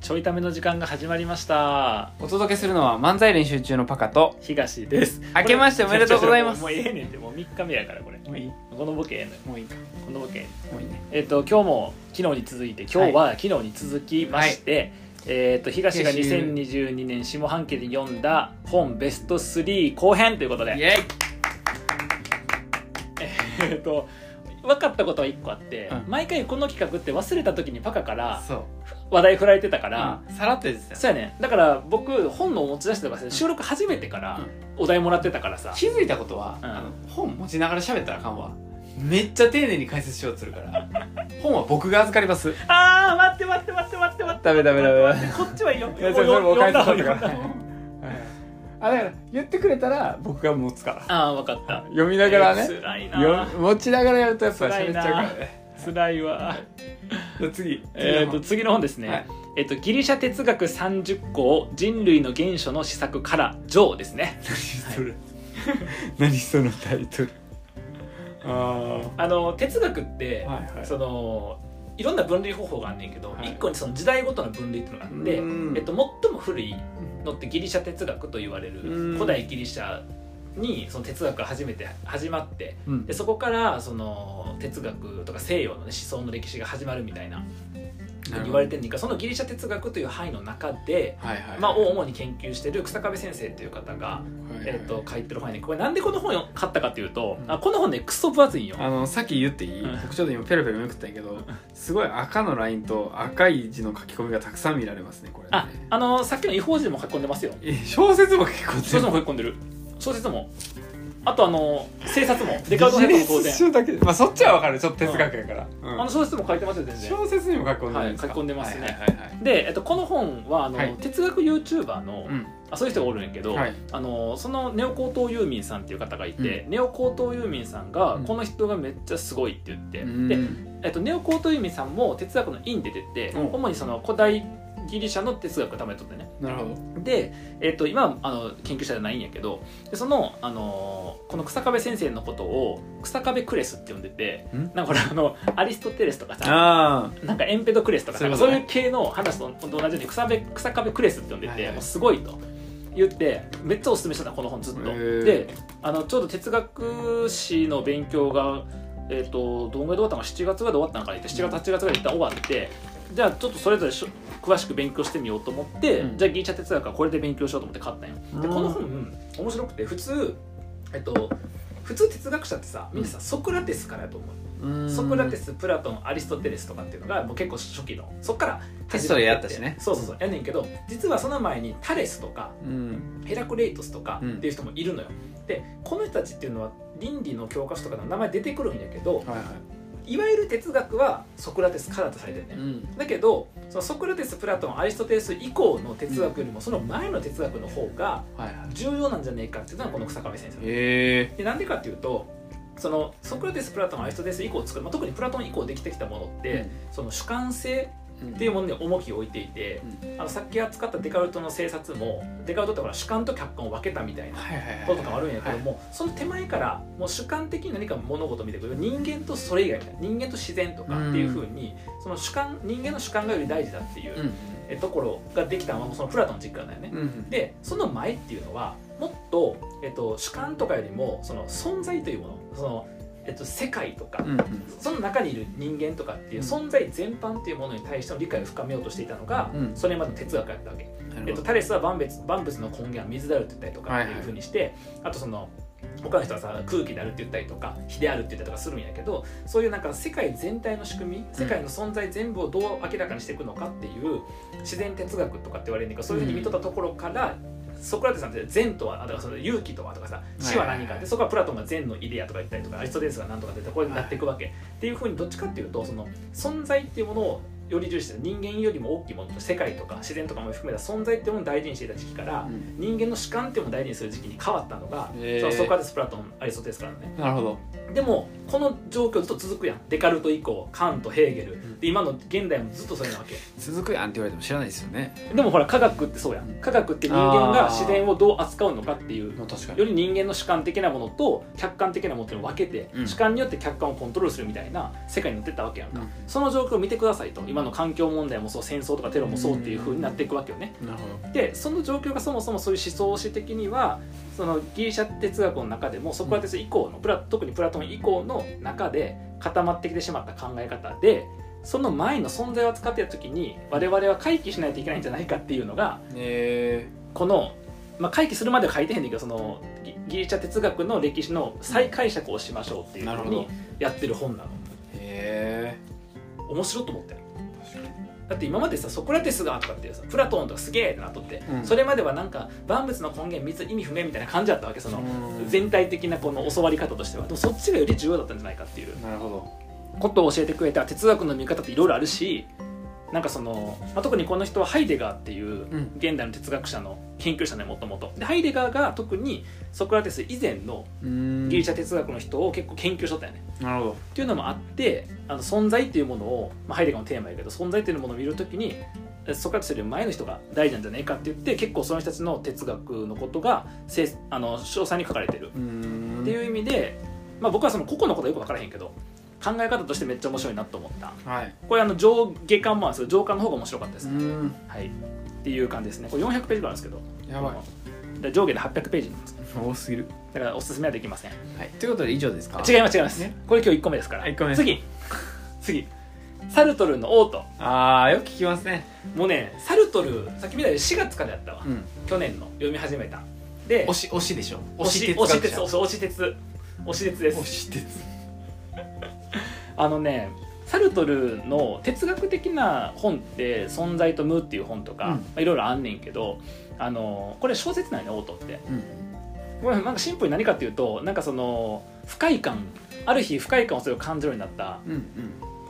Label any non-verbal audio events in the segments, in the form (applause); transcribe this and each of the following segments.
ちょいための時間が始まりましたお届けするのは漫才練習中のパカと東です明けましておめでとうございますもうええねんってもう3日目やからこれもういいこのボケええのよもういいかこのボケええのよもういいねえっ、と今日も昨日に続いて今日は昨日に続きまして、えっと東が先週2022年下半期で読んだ本ベスト3後編ということイで、エイえっと分かったことは1個あって、うん毎回この企画って忘れた時にパカからそう話題振られてたから、さらっとですよそうやねだから僕本の持ち出してとか収録初めてからお題もらってたからさ、気づいたことは、うんあの本持ちながら喋ったらあかんわめっちゃ丁寧に解説しようとするから (laughs) 本は僕が預かりますあー待って待って待って待って待ってダメダ (laughs) メダメダメこっちはいいよもういやそれそれもう読ん解だ説方取がってよかからったあだから言ってくれたら僕が持つからあー分かった読みながらね、えー辛いよな持ちながらやるとやっぱ喋っちゃうから辛いね辛いわじゃあ次えー、と次の本ですね、はいえっとギリシャ哲学30個を人類の原初の施策から「ジョー」ですね何それ、何そのタイトルああの哲学って、あはいはいそのいろんな分類方法があんねんけど、はい一個にその時代ごとの分類っていうのがあって、うんえっと、最も古いのってギリシャ哲学と言われうるん古代ギリシャにその哲学が初めて始まってうんでそこからその哲学とか西洋の、ね、思想の歴史が始まるみたいな言われてるんねんけどそのギリシャ哲学という範囲の中で、はいはいまあ、を主に研究してる草壁先生という方が、えっと書いてる本やねこれなんでこの本を買ったかというと、うんあこの本ねクソ分厚いんよ。あのさっき言っていい、うん僕ちょっと今ペロペロめくったんやけどすごい赤のラインと赤い字の書き込みがたくさん見られますねこれねああのさっきの違法人も書き込んでますよ。え小説も結構小説も書き込んでる小説もあとあの制作 (laughs) もデカードのやつも当ビジネス然書だけでまあそっちはわかるちょっと哲学やから、うんあの小説も書いてますよ全然小説にも書き込んでるんですか、はい書き込んでますねはいはいはいはいで、えっと、この本はあの、はい哲学 YouTuber の、うんあそういう人がおるんやけど、はいあのそのネオ高等ユーミンさんっていう方がいて、ネオ高等ユーミンさんが、うんこの人がめっちゃすごいって言って、うんで、えっと、ネオ高等ユーミンさんも哲学の院出てて、うん主にその古代ギリシャの哲学をためとってねなるほどで、えっと、今はあの研究者じゃないんやけどでその、あのこの草壁先生のことを草壁クレスって呼んでてんなんかほらあのアリストテレスとかさあなんかエンペドクレスとかそういうさことそうねいう系の話と同じように草壁草壁クレスって呼んでて、はいはいもうすごいと言ってめっちゃおすすめしてたこの本ずっと。へーであのちょうど哲学史の勉強が、えー、とどんぐらいで終わったのか7月ぐらいで終わったのかなって7月8月ぐらいで一旦終わってじゃあちょっとそれぞれしょ詳しく勉強してみようと思って、うんじゃあギリシャ哲学はこれで勉強しようと思って買ったんよ。でうんこの本面白くて普通えっと普通哲学者ってさみんなさソクラテスからやと思うーソクラテスプラトンアリストテレスとかっていうのがもう結構初期のそっからテストでやったしねそうそうそうやんねんけど実はその前にタレスとかうんヘラクレイトスとかうんっていう人もいるのよ、でこの人たちっていうのは倫理の教科書とかの名前出てくるんやけどはいはいわゆる哲学はソクラテスからとされてるね、いうんだけどそのソクラテスプラトンアリストテレス以降の哲学よりもその前の哲学の方がはいはい重要なんじゃねえかっていうのがこの草壁先生のえでなんでかっていうとそのソクラテスプラトンアリストテレス以降作る、まあ、特にプラトン以降できてきたものって、その主観性うんっていうものに重きを置いていて、うあのさっき扱ったデカルトの政策もデカルトってほら主観と客観を分けたみたいなはいはいはいこととかもあるんやけども、その手前からもう主観的に何か物事を見てくる人間とそれ以外みたいな人間と自然とかっていうふうに、その主観人間の主観がより大事だっていう、うんえところができたのはもうそのプラトンの実家だよね。うんでその前っていうのはもっと、えっと、主観とかよりもその存在というものその、えっと、世界とか、うんうんその中にいる人間とかっていううん存在全般っていうものに対しての理解を深めようとしていたのが、うんそれまでの哲学だったわけ、えっと、タレスは万別万物の根源は水であるって言ったりとかっていうふうにして、あとその他の人はさ空気であるって言ったりとか火であるって言ったりとかするんやけどそういうなんか世界全体の仕組み世界の存在全部をどう明らかにしていくのかっていう自然哲学とかって言われるんだけどそういうふうに見とったところから、ソクラテスさんって善とはだからその勇気とはとかさ死は何かはいはいっはていそこはプラトンが善のイデアとか言ったりとかアリストテレスが何とかってこれになっていくわけ、っていうふうにどっちかっていうとその存在っていうものをより重視して人間よりも大きいもの世界とか自然とかも含めた存在っていうものを大事にしていた時期から、うん人間の主観っていうものを大事にする時期に変わったのが、へーそのソクラテスプラトンアリストテレスからのねなるほどでもこの状況ずっと続くやんデカルト以降カントヘーゲル、んで今の現代もずっとそれなわけ続くやんって言われても知らないですよねでもほら科学ってそうやん科学って人間が自然をどう扱うのかっていうう確かより人間の主観的なものと客観的なものっていうのを分けて、うん主観によって客観をコントロールするみたいな世界になってったわけやんか、その状況を見てくださいと今今の環境問題もそう戦争とかテロもそうっていう風になっていくわけよね。なるほどでその状況がそもそもそういう思想史的にはそのギリシャ哲学の中でもソクラテス以降のプラ特にプラトン以降の中で固まってきてしまった考え方でその前の存在を扱ってた時に我々は回帰しないといけないんじゃないかっていうのがえこの、まあ、回帰するまでは書いてへんねんけどそのギギリシャ哲学の歴史の再解釈をしましょうっていうなるふうほどにやってる本なの。ー、え面白いと思ってだって今までさソクラテスがとかってさプラトンとかすげえってなっとって、うんそれまではなんか万物の根源水意味不明みたいな感じだったわけそのうん全体的なこの教わり方としてはでもそっちがより重要だったんじゃないかっていうー、なるほことを教えてくれた哲学の見方っていろいろあるしなんかその、まあ、特にこの人はハイデガーっていううん現代の哲学者の研究者ねもともとハイデガーが特にソクラテス以前のどうーんギリシャ哲学の人を結構研究しとったよねなるほっていうのもあってあの存在っていうものを、まあ、ハイデガーのテーマやけど存在っていうものを見るときにえソクラテスより前の人が大事なんじゃないかって言って結構その人たちの哲学のことがせいあの詳細に書かれてるどうーんっていう意味で、まあ、僕はその個々のことはよく分からへんけど考え方としてめっちゃ面白いなと思ったはいこれあの上下巻もあるんですけど上巻の方が面白かったでうす、ーんはいっていう感じですねこれ400ページぐらいあるんですけどやばいで上下で800ページなんです多すぎる、だからおすすめはできませんはい、ということで以上ですか違います違います、ねこれ今日1個目ですからはい一個目次次サルトルのオートああよく聞きますねもうねサルトルさっきみたいに4月からやったわ、うん去年の読み始めたで推し推しでしょ推し推し鉄推し推し鉄推し鉄で推すし鉄あのねサルトルの哲学的な本って「存在と無」っていう本とか、うんまあいろいろあんねんけどあのこれ小説なんやねオートってうんこれなんかシンプルに何かっていうとなんかその不快感ある日不快感をそれを感じるようになったうん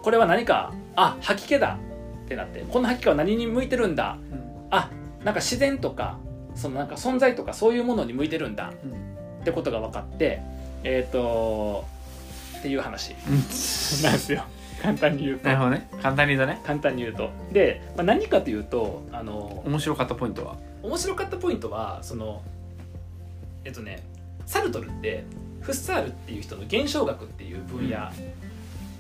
これは何かあ吐き気だってなってこの吐き気は何に向いてるんだうんあなんか自然とかそのなんか存在とかそういうものに向いてるんだうんってことが分かってえっ、とっていう話なんですよ簡単に言うとなるほどね簡単に言うとね簡単に言うとで、まあ、何かというとあの面白かったポイントは面白かったポイントはそのえっとねサルトルってフッサールっていう人の現象学っていう分野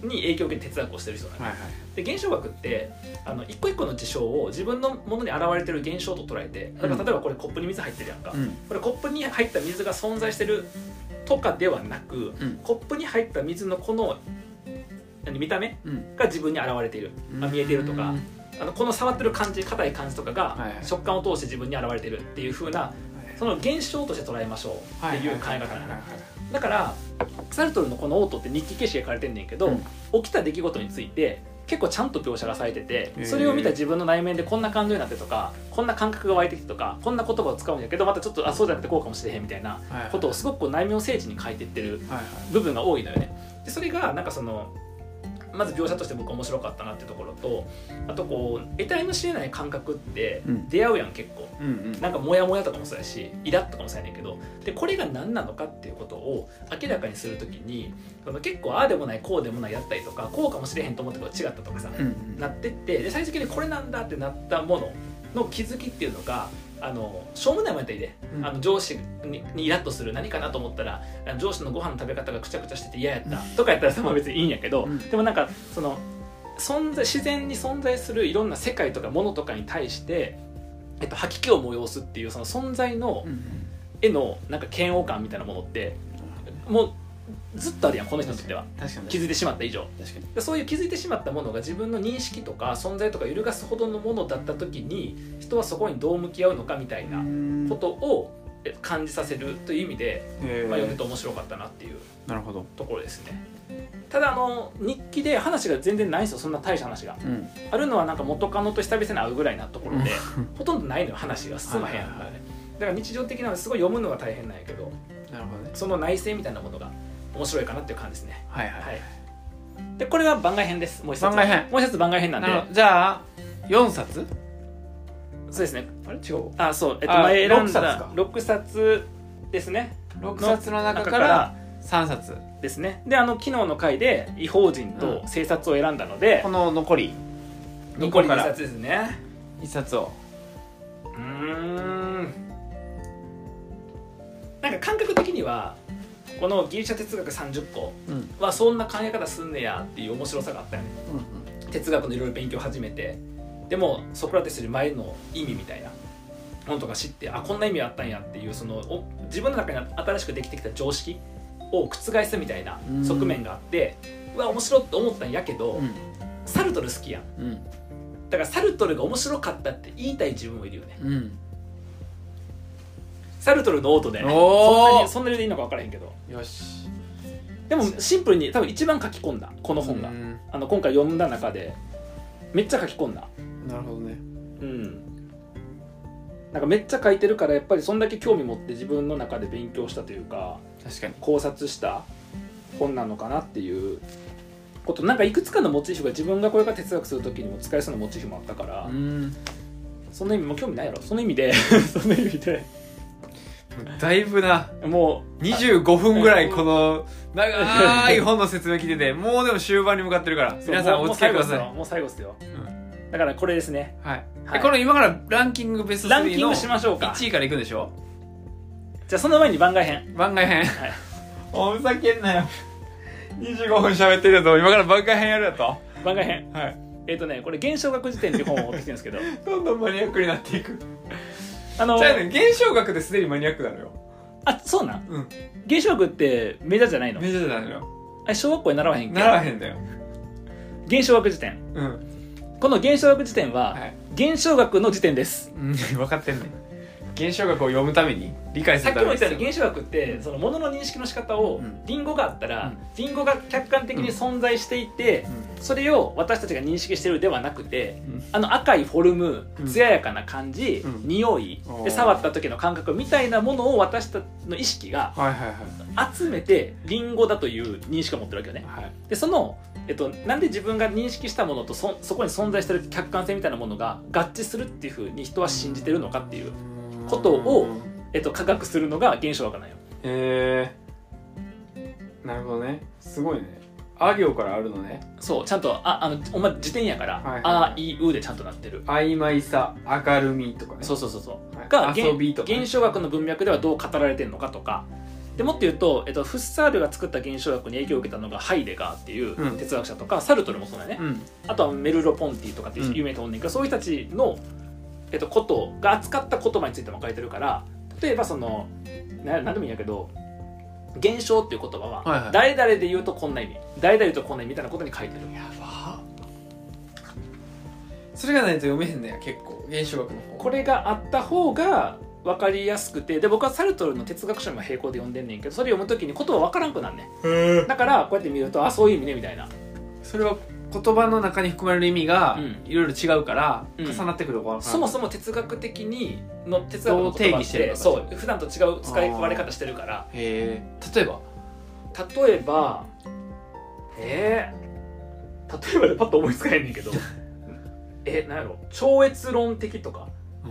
に影響を受けて哲学をしてる人なんですはいはいで現象学ってあの一個一個の事象を自分のものに現れてる現象と捉えてだからうん例えばこれコップに水入ってるやんか、うんこれコップに入った水が存在してるとかではなく、うんコップに入った水のこの何見た目うんが自分に現れている、あ見えてるとかうんあのこの触ってる感じ硬い感じとかがはいはい食感を通して自分に現れてるっていう風なその現象として捉えましょうっていう考え方なのだからサルトルのこの「オート」って日記形式で書かれてんねんけど、うん起きた出来事について結構ちゃんと描写がされててへーそれを見た自分の内面でこんな感情になってとかこんな感覚が湧いてきてとかこんな言葉を使うんやけどまたちょっとあそうじゃなくてこうかもしれへんみたいなはいはいことをすごくこう内面を精緻に書いてってるはい部分が多いのよね。でそれがなんかそのまず描写として僕面白かったなってところとあとこう得体の知れない感覚ってうん出会うやん結構。うんうんなんかモヤモヤとかもそうやしイラッとかもそうやねんけどでこれが何なのかっていうことを明らかにするときにその結構ああでもないこうでもないやったりとかこうかもしれへんと思ったこと違ったとかさうんうんなってってで最終的にこれなんだってなったものの気づきっていうのがあのしょうもないもんやったらいいで、うんあの上司ににイラッとする何かなと思ったらあの上司のご飯の食べ方がくちゃくちゃしてて嫌やったとかやったらさまあ別にいいんやけど、うんでもなんかその存在自然に存在するいろんな世界とかものとかに対して、えっと、吐き気を催すっていうその存在のうんうん絵のなんか嫌悪感みたいなものってもうずっとあるやんこの人にとっては確かに気づいてしまった以上。確かにでそういう気づいてしまったものが自分の認識とか存在とか揺るがすほどのものだった時に人はそこにどう向き合うのかみたいなこことをえ感じさせるという意味で、えまあ、読んでて面白かったなっていうなるほどところですねただあの日記で話が全然ないんですよそんな大した話がうんあるのはなんか元カノと久々に会うぐらいなところでうんほとんどないのよ話が進まへんやんはいはいはいだから日常的なのですごい読むのが大変なんやけどなるほどねその内省みたいなものが面白いかなっていう感じですねはいははいいでこれは番外編ですもう一つ番外編もう一つ番外編なんでなるほどじゃあ4冊そうですねあれ違うあそうえっとあ前選六ん冊かだ6冊ですね6冊の中から3冊ですねであの昨日の回で「異邦人」とう「生殺」を選んだのでこ、の残り残り二個か2ら冊ですね1冊をうーんなんか感覚的にはこのギリシャ哲学30個うんはそんな考え方すんねやっていう面白さがあったよねうん哲学のいろいろ勉強を始めてでもソクラテスより前の意味みたいなものとか知ってあこんな意味あったんやっていうそのお自分の中に新しくできてきた常識を覆すみたいなうん側面があってうわ面白って思ったんやけど、うんサルトル好きやんうんだからサルトルが面白かったって言いたい自分もいるよねうんサルトルのオートでそんおーなにそんなにでいいのか分からへんけどよしでもシンプルに多分一番書き込んだこの本が、うんあの今回読んだ中でめっちゃ書き込んだなるほどねうんなんかめっちゃ書いてるからやっぱりそんだけ興味持って自分の中で勉強したというか確かに考察した本なのかなっていうことなんかいくつかのモチーフが自分がこれから哲学する時にも使えそうなモチーフもあったから、うんその意味もう興味ないやろその意味で (laughs) その意味でだいぶなもう25分ぐらいこの長い本の説明聞いててもうでも終盤に向かってるから皆さんそうおもう付き合いくださいもう最後ですよもう最後ですよ、だからこれですねはい、はいえこの今からランキングベストランキ3ンのグしましょうか1位からいくんでしょじゃあその前に番外編番外編、はいおふざけんなよ25分喋ってるやつを今から番外編やるやと番外編はいえっ、とねこれ「現象学辞典」っていう本を持ってきてるんで (laughs) すけどどんどんマニアックになっていくあのじゃあね現象学ですでにマニアックなのよあそうなんうん現象学ってメジャーじゃないのメジャーなのよあれ小学校に習わへんけならへんだよ現象学辞典うんこの現象学辞典は、はい現象学の辞典ですうん (laughs) 分かってんね現象学を読むために理解すさっるきたもめ言にったように現象学ってそのものの認識の仕方を、うんリンゴがあったら、うんリンゴが客観的に存在していて、それを私たちが認識してるではなくてうんあの赤いフォルムうん艶やかな感じ、うん匂いおーで触った時の感覚みたいなものを私たちの意識がはいはい集めてリンゴだという認識を持ってるわけよねはいはいでその、えっと、なんで自分が認識したものとそそこに存在してる客観性みたいなものが合致するっていうふうに人は信じてるのかっていう、ことをえっと、科学するのが現象学なんよえー、なるほどねすごいねあ行からあるのねそうちゃんとああのお前辞典やから「はいはいあいう」でちゃんとなってる曖昧さ明るみとかねそうそうそうそう、はいが遊びとかね現象学の文脈ではどう語られてるのかとかでもっと言うと、えっと、フッサールが作った現象学に影響を受けたのがハイデガーっていううん哲学者とか、サルトルもそうだよね、うんあとはメルロ・ポンティとかっていう有名な人おんねんけど、そういう人たちの、えっと、ことが扱った言葉についても書いてるから例えばそのな何でもいいんやけど現象っていう言葉は、はいはい誰々で言うとこんな意味誰々言うとこんな意味みたいなことに書いてるやばそれがないと読めへんねや結構現象学の方これがあった方が分かりやすくてで僕はサルトルの哲学書にも並行で読んでんねんけどそれ読む時に言葉分からんくなんねんれだからこうやって見るとあそういう意味ねみたいなそれは言葉の中に含まれる意味がうんいろいろ違うからうん重なってくるのかなそもそも哲学的にの哲学のどう定言葉義っしてるのてかそう普段と違う使い割れ方してるからへえ例えば例えばえー、例えばでパッと思いつかへんねんけど (laughs) えなんやろ超越論的とかう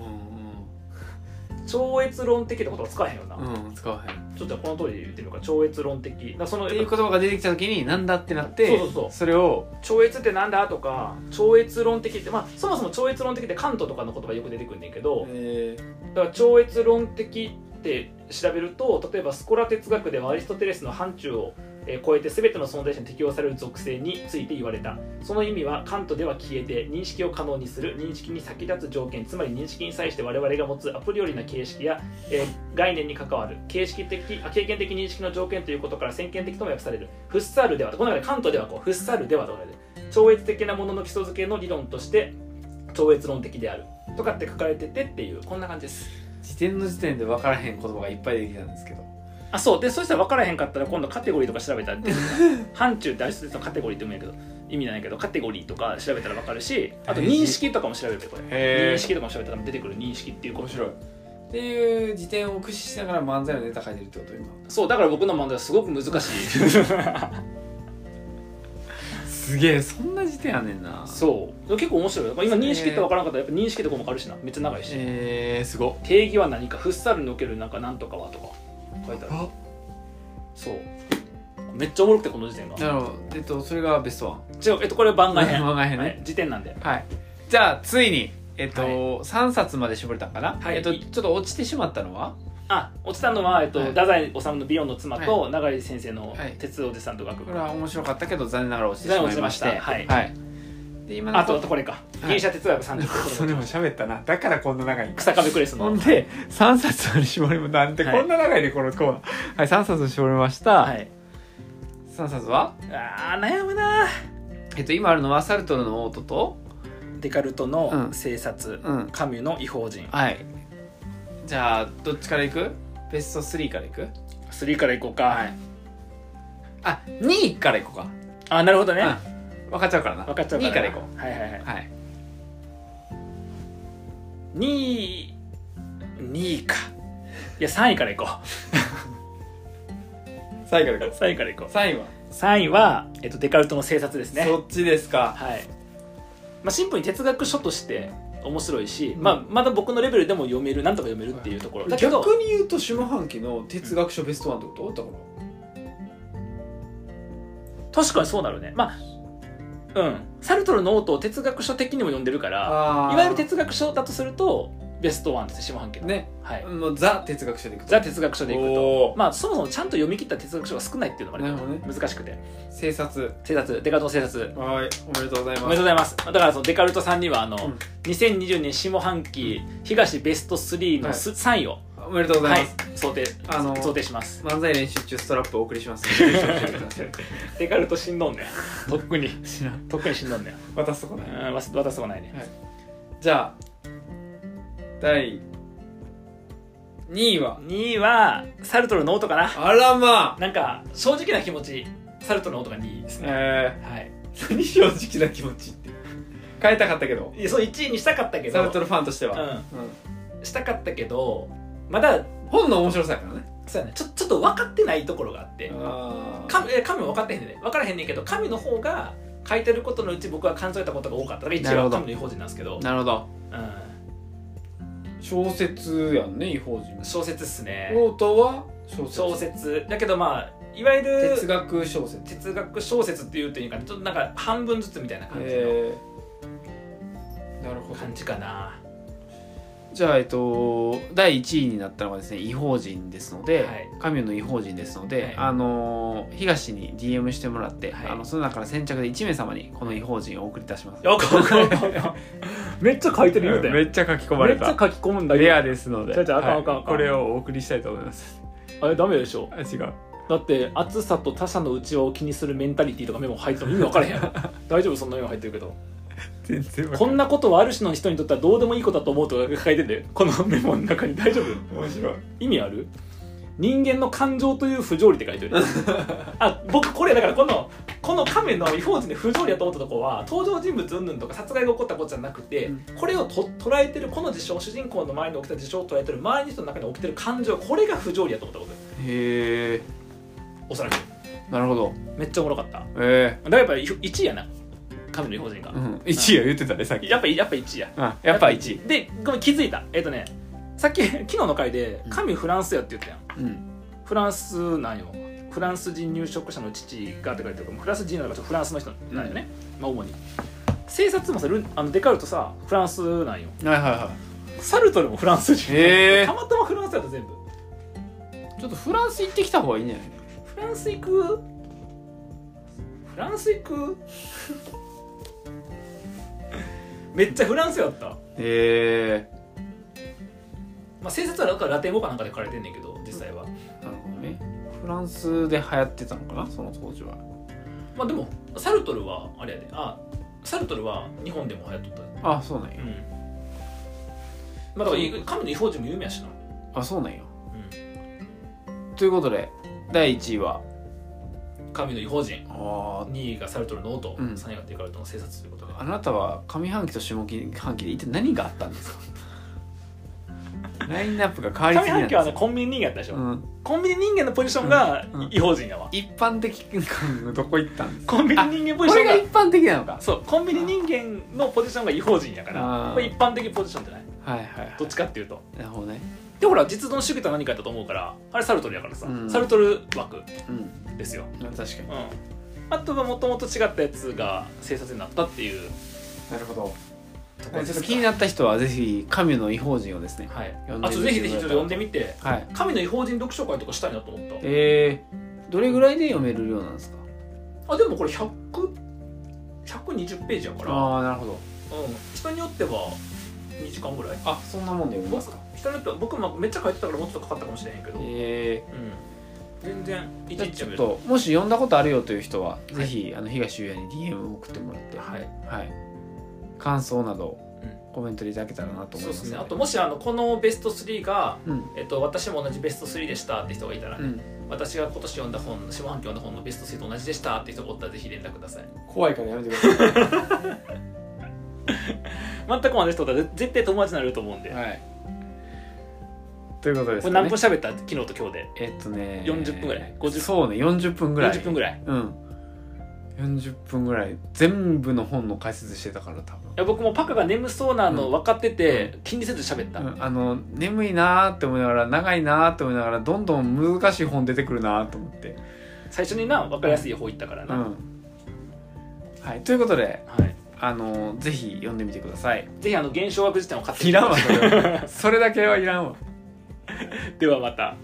ん超越論的って言葉使わへんよな、うん、うん、使わへんっちょっとこの通りで言ってみようか超越論的だからそのていう言葉が出てきた時になんだってなってそうそうそうれを超越ってなんだとか超越論的って、まあ、そもそも超越論的って関東とかの言葉よく出てくるんだけどえだから超越論的って調べると例えばスコラ哲学ではアリストテレスの範疇をえー超えて全ての存在者に適用される属性について言われたその意味はカントでは消えて認識を可能にする認識に先立つ条件つまり認識に際して我々が持つアプリよりな形式や、えー概念に関わる形式的あ経験的認識の条件ということから先見的とも訳されるフッサールではこの中でカントではこうフッサールではとかで超越的なものの基礎づけの理論として超越論的であるとかって書かれててっていうこんな感じです時点の時点で分からへん言葉がいっぱい出てきたんですけどあそうでそしたら分からへんかったら今度カテゴリーとか調べたら出て (laughs) くる範疇ってアリストテレスのカテゴリーって言うんやけど意味ないけどカテゴリーとか調べたら分かるしあと大事認識とかも調べてこれへー認識とかも調べたら出てくる認識っていうこ面と白いっていう時点を駆使しながら漫才のネタ書いてるってこと今そうだから僕の問題はすごく難し (laughs) いすげえそんな時点やねんなそうでも結構面白いよだから今認識って分からんかったらやっぱ認識とかもあるしなめっちゃ長いし、えー、すごっ定義は何かフッサルにおけるなんかなんとかはとか書いてあるそうめっちゃおもろくてこの時点がなるほどえっとそれがベストワン違うえっとこれ番外編番外編ねはい、時点なんではい。じゃあ、ついに、えっと、3冊まで絞れたんかな、はいえっと、ちょっと落ちてしまったのはあ落ちたのは、えっとはい太宰治の「ビヨンの妻」と、永井先生のは「い鉄おじさんと学こ部」れは面白かったけど、残念ながら落ちてしまいまして。残念ながら落ちてましたはいでで今あとこれかはい芸者哲学30分それも喋ったなだからこんな長いんだ草壁クレスほのんで3冊の絞りもなんてはいこんな長いねこのコーナーはい3冊の絞りましはたい3冊はあー悩むなえっと今あるのはサルトルのオートとデカルトうのん政察、うんカミュの異邦人はいじゃあどっちからいくベスト3からいく3からいこうか、はいあ二2位からいこうかあなるほどね、うん分かっちゃうからな分かっちゃうから2位からいこうはいはいはいうはい2位2位かいや3位からいこう (laughs) 3位からいこ3位からいこう3位は、 3位は、えっと、デカルトの政察ですねそっちですかはいまあ、シンプルに哲学書として面白いし、うんまあ、まだ僕のレベルでも読めるなんとか読めるっていうところだけど逆に言うと下半期の哲学書ベストワンってことだから確かにそうなるねまあうんサルトルのノートを哲学書的にも読んでるからいわゆる哲学書だとするとベストワンです下半期の、ねはい、もうザ哲学書でいくとザ哲学書でいくおとーまあそもそもちゃんと読み切った哲学書が少ないっていうのもあれなるほどね難しくて生殺生活デカルトの生活はいおめでとうござおめでというございますだからそのデカルトさんにはあの、うん2020年下半期東ベスト3のす3位を、おめでとうござはいいます、想定あの想定します漫才練習中ストラップお送りしますのでデカルトしんどんねとっく (laughs) に知らんとっくにしんどんね渡すとこうないんわす渡すとこないねじゃあ第2位は2位はサルトルの音かなあらまあなんか正直な気持ちサルトルの音が2位ですね、えはいー、何正直な気持ちって変えたかったけどいやそう1位にしたかったけどサルトルファンとしては、ううんんしたかったけどまだ本の面白さやからねそうやねちょちょっと分かってないところがあってあー神え神も分かってへんねんね分からへんねんけど神の方が書いてることのうち僕は感じられたことが多かっただから1な位るほはど神の異邦人なんですけどなるほどう小説やんね異邦人ん、小説っすねオートは小説小説だけどまあいわゆる哲学小説哲学小説っていうというかちょっとなんか半分ずつみたいな感じのえー、なるほど感じかな、じゃあえっと第1位になったのがですね異邦人ですので、はいカミュの異邦人ですので、はいあのー東に DM してもらって、はいあのその中から先着で1名様にこの異邦人をお送りいたしますよくわかるめっちゃ (laughs) 書いてるようだよめっちゃ書き込まれめっちゃた書き込むんだけレどアですのでちょいちょいあかんあかんあかんこれをお送りしたいと思いますあれダメでしょあ違うだって暑さと他者の内輪を気にするメンタリティとかメモ入っても意味分からへんや (laughs) ろ大丈夫そんなメモ入ってるけど全然わかこんないんなことはある種の人にとってはどうでもいいことだと思うとか書いててこのメモの中に大丈夫面白い意味ある人間の感情という不条理って書いてる (laughs) あ僕これだからこのこの亀の異邦人で不条理だと思ったとこは登場人物云々とか殺害が起こったことじゃなくて、うんこれをと捉えてるこの事象主人公の周りに起きた事象を捉えてる周りの人の中に起きてる感情これが不条理だと思ったことへえおそらくなるほどめっちゃおもろかっただかえらやっぱ1位やな亀の異邦人が、えうん、1位は言ってたねさっきやっぱやっぱ1位やうん、やっぱ1位位でごめん気づいたえっ、とねさっき昨日の回でうん神フランスやって言ったやんうんフランスなんよフランス人入植者の父がって書いてるからフランス人なのかちょっとフランスの人なんよね、まあ主に政察もさルあのデカルトさフランスなんよはいはいはサルトルもフランス人、へーたまたまフランスやった全部いちょっとフランス行ってきた方がいいんじゃないフランス行くフランス行く (laughs) めっちゃフランスやった、まへあ、政察はだからラテン語かなんかで書かれてんねんけど実際は、えなるほどねフランスで流行ってたのかなその当時はまあでもサルトルはあれやであサルトルは日本でも流行っとったあそうなんやうんまあだからい神の異邦人も有名やしな、あそうなんやということで第1位は神の異邦人あ2位がサルトルの音、うん3位がデカルトの政察ということでーあなたは上半期と下半期で一体何があったんですかラインナップが変わり上すぎな半ん期ではあすのよ、コンビニ人間やったでしょ、うん、コンビニ人間のポジションがうん異邦人やわ、一般的感どこ行ったんですかコンビニ人間ポジショこれンがが一般的なのかそうコンビニ人間のポジションが異邦人やからあーこれ一般的ポジションじゃないはいはいはいどっちかっていうとなるほどねでほら実存主義とは何かやったと思うからあれサルトルやからさ、うんサルトル枠うんですよ、確かにうん、あとはもともと違ったやつが政策になったっていうなるほどとこちょろっですとか気になった人はぜひ神の異邦人をですねはい呼んでみてくだ、さあいとぜひぜひちょっと読んでみてはい神の異邦人読書会とかしたいなと思っえー、どれぐらいで読める量なんですかたあでもこれ100 120ページやから、ああなるほどうん、人によっては2時間ぐらいあそんなもんで読みますか人によっては僕もめっちゃ書いてたからもうちょっとかかったかもしれへんけど、うん、え全然え一じゃあ日ちょっでともし読んだことあるよという人は、いぜひあの東優也に DM を送ってもらってはい、はい、感想など、うコメントでいただけたらなとそう思いでますすねあのともしあのこのベスト3が、うんえっと、私も同じベスト3でしたって人がいたら、うん、私が今年読んだ本下半期読んだ本のベスト3と同じでしたって人がおったらぜひ連絡ください怖いからやめてください、全く同じ人だったら絶対友達になれると思うんで、はい、ということですこか、れ何ね、分喋った昨日と今日でえっとね40分ぐらい50そうね40分ぐらい40分ぐらいいうん40分ぐらい全部の本の解説してたから多分や僕もパカが眠そうなの分かってて、気にせず喋った、うんあの眠いなーって思いながら長いなーって思いながらどんどん難しい本出てくるなーと思って最初にな分かりやすい方行ったからうな、んはいということではい、あのぜひ読んでみてくだ (laughs) さいぜひあの現象学辞典を買っていみてらんわそれはそれだけはいらんわ (laughs) ではまた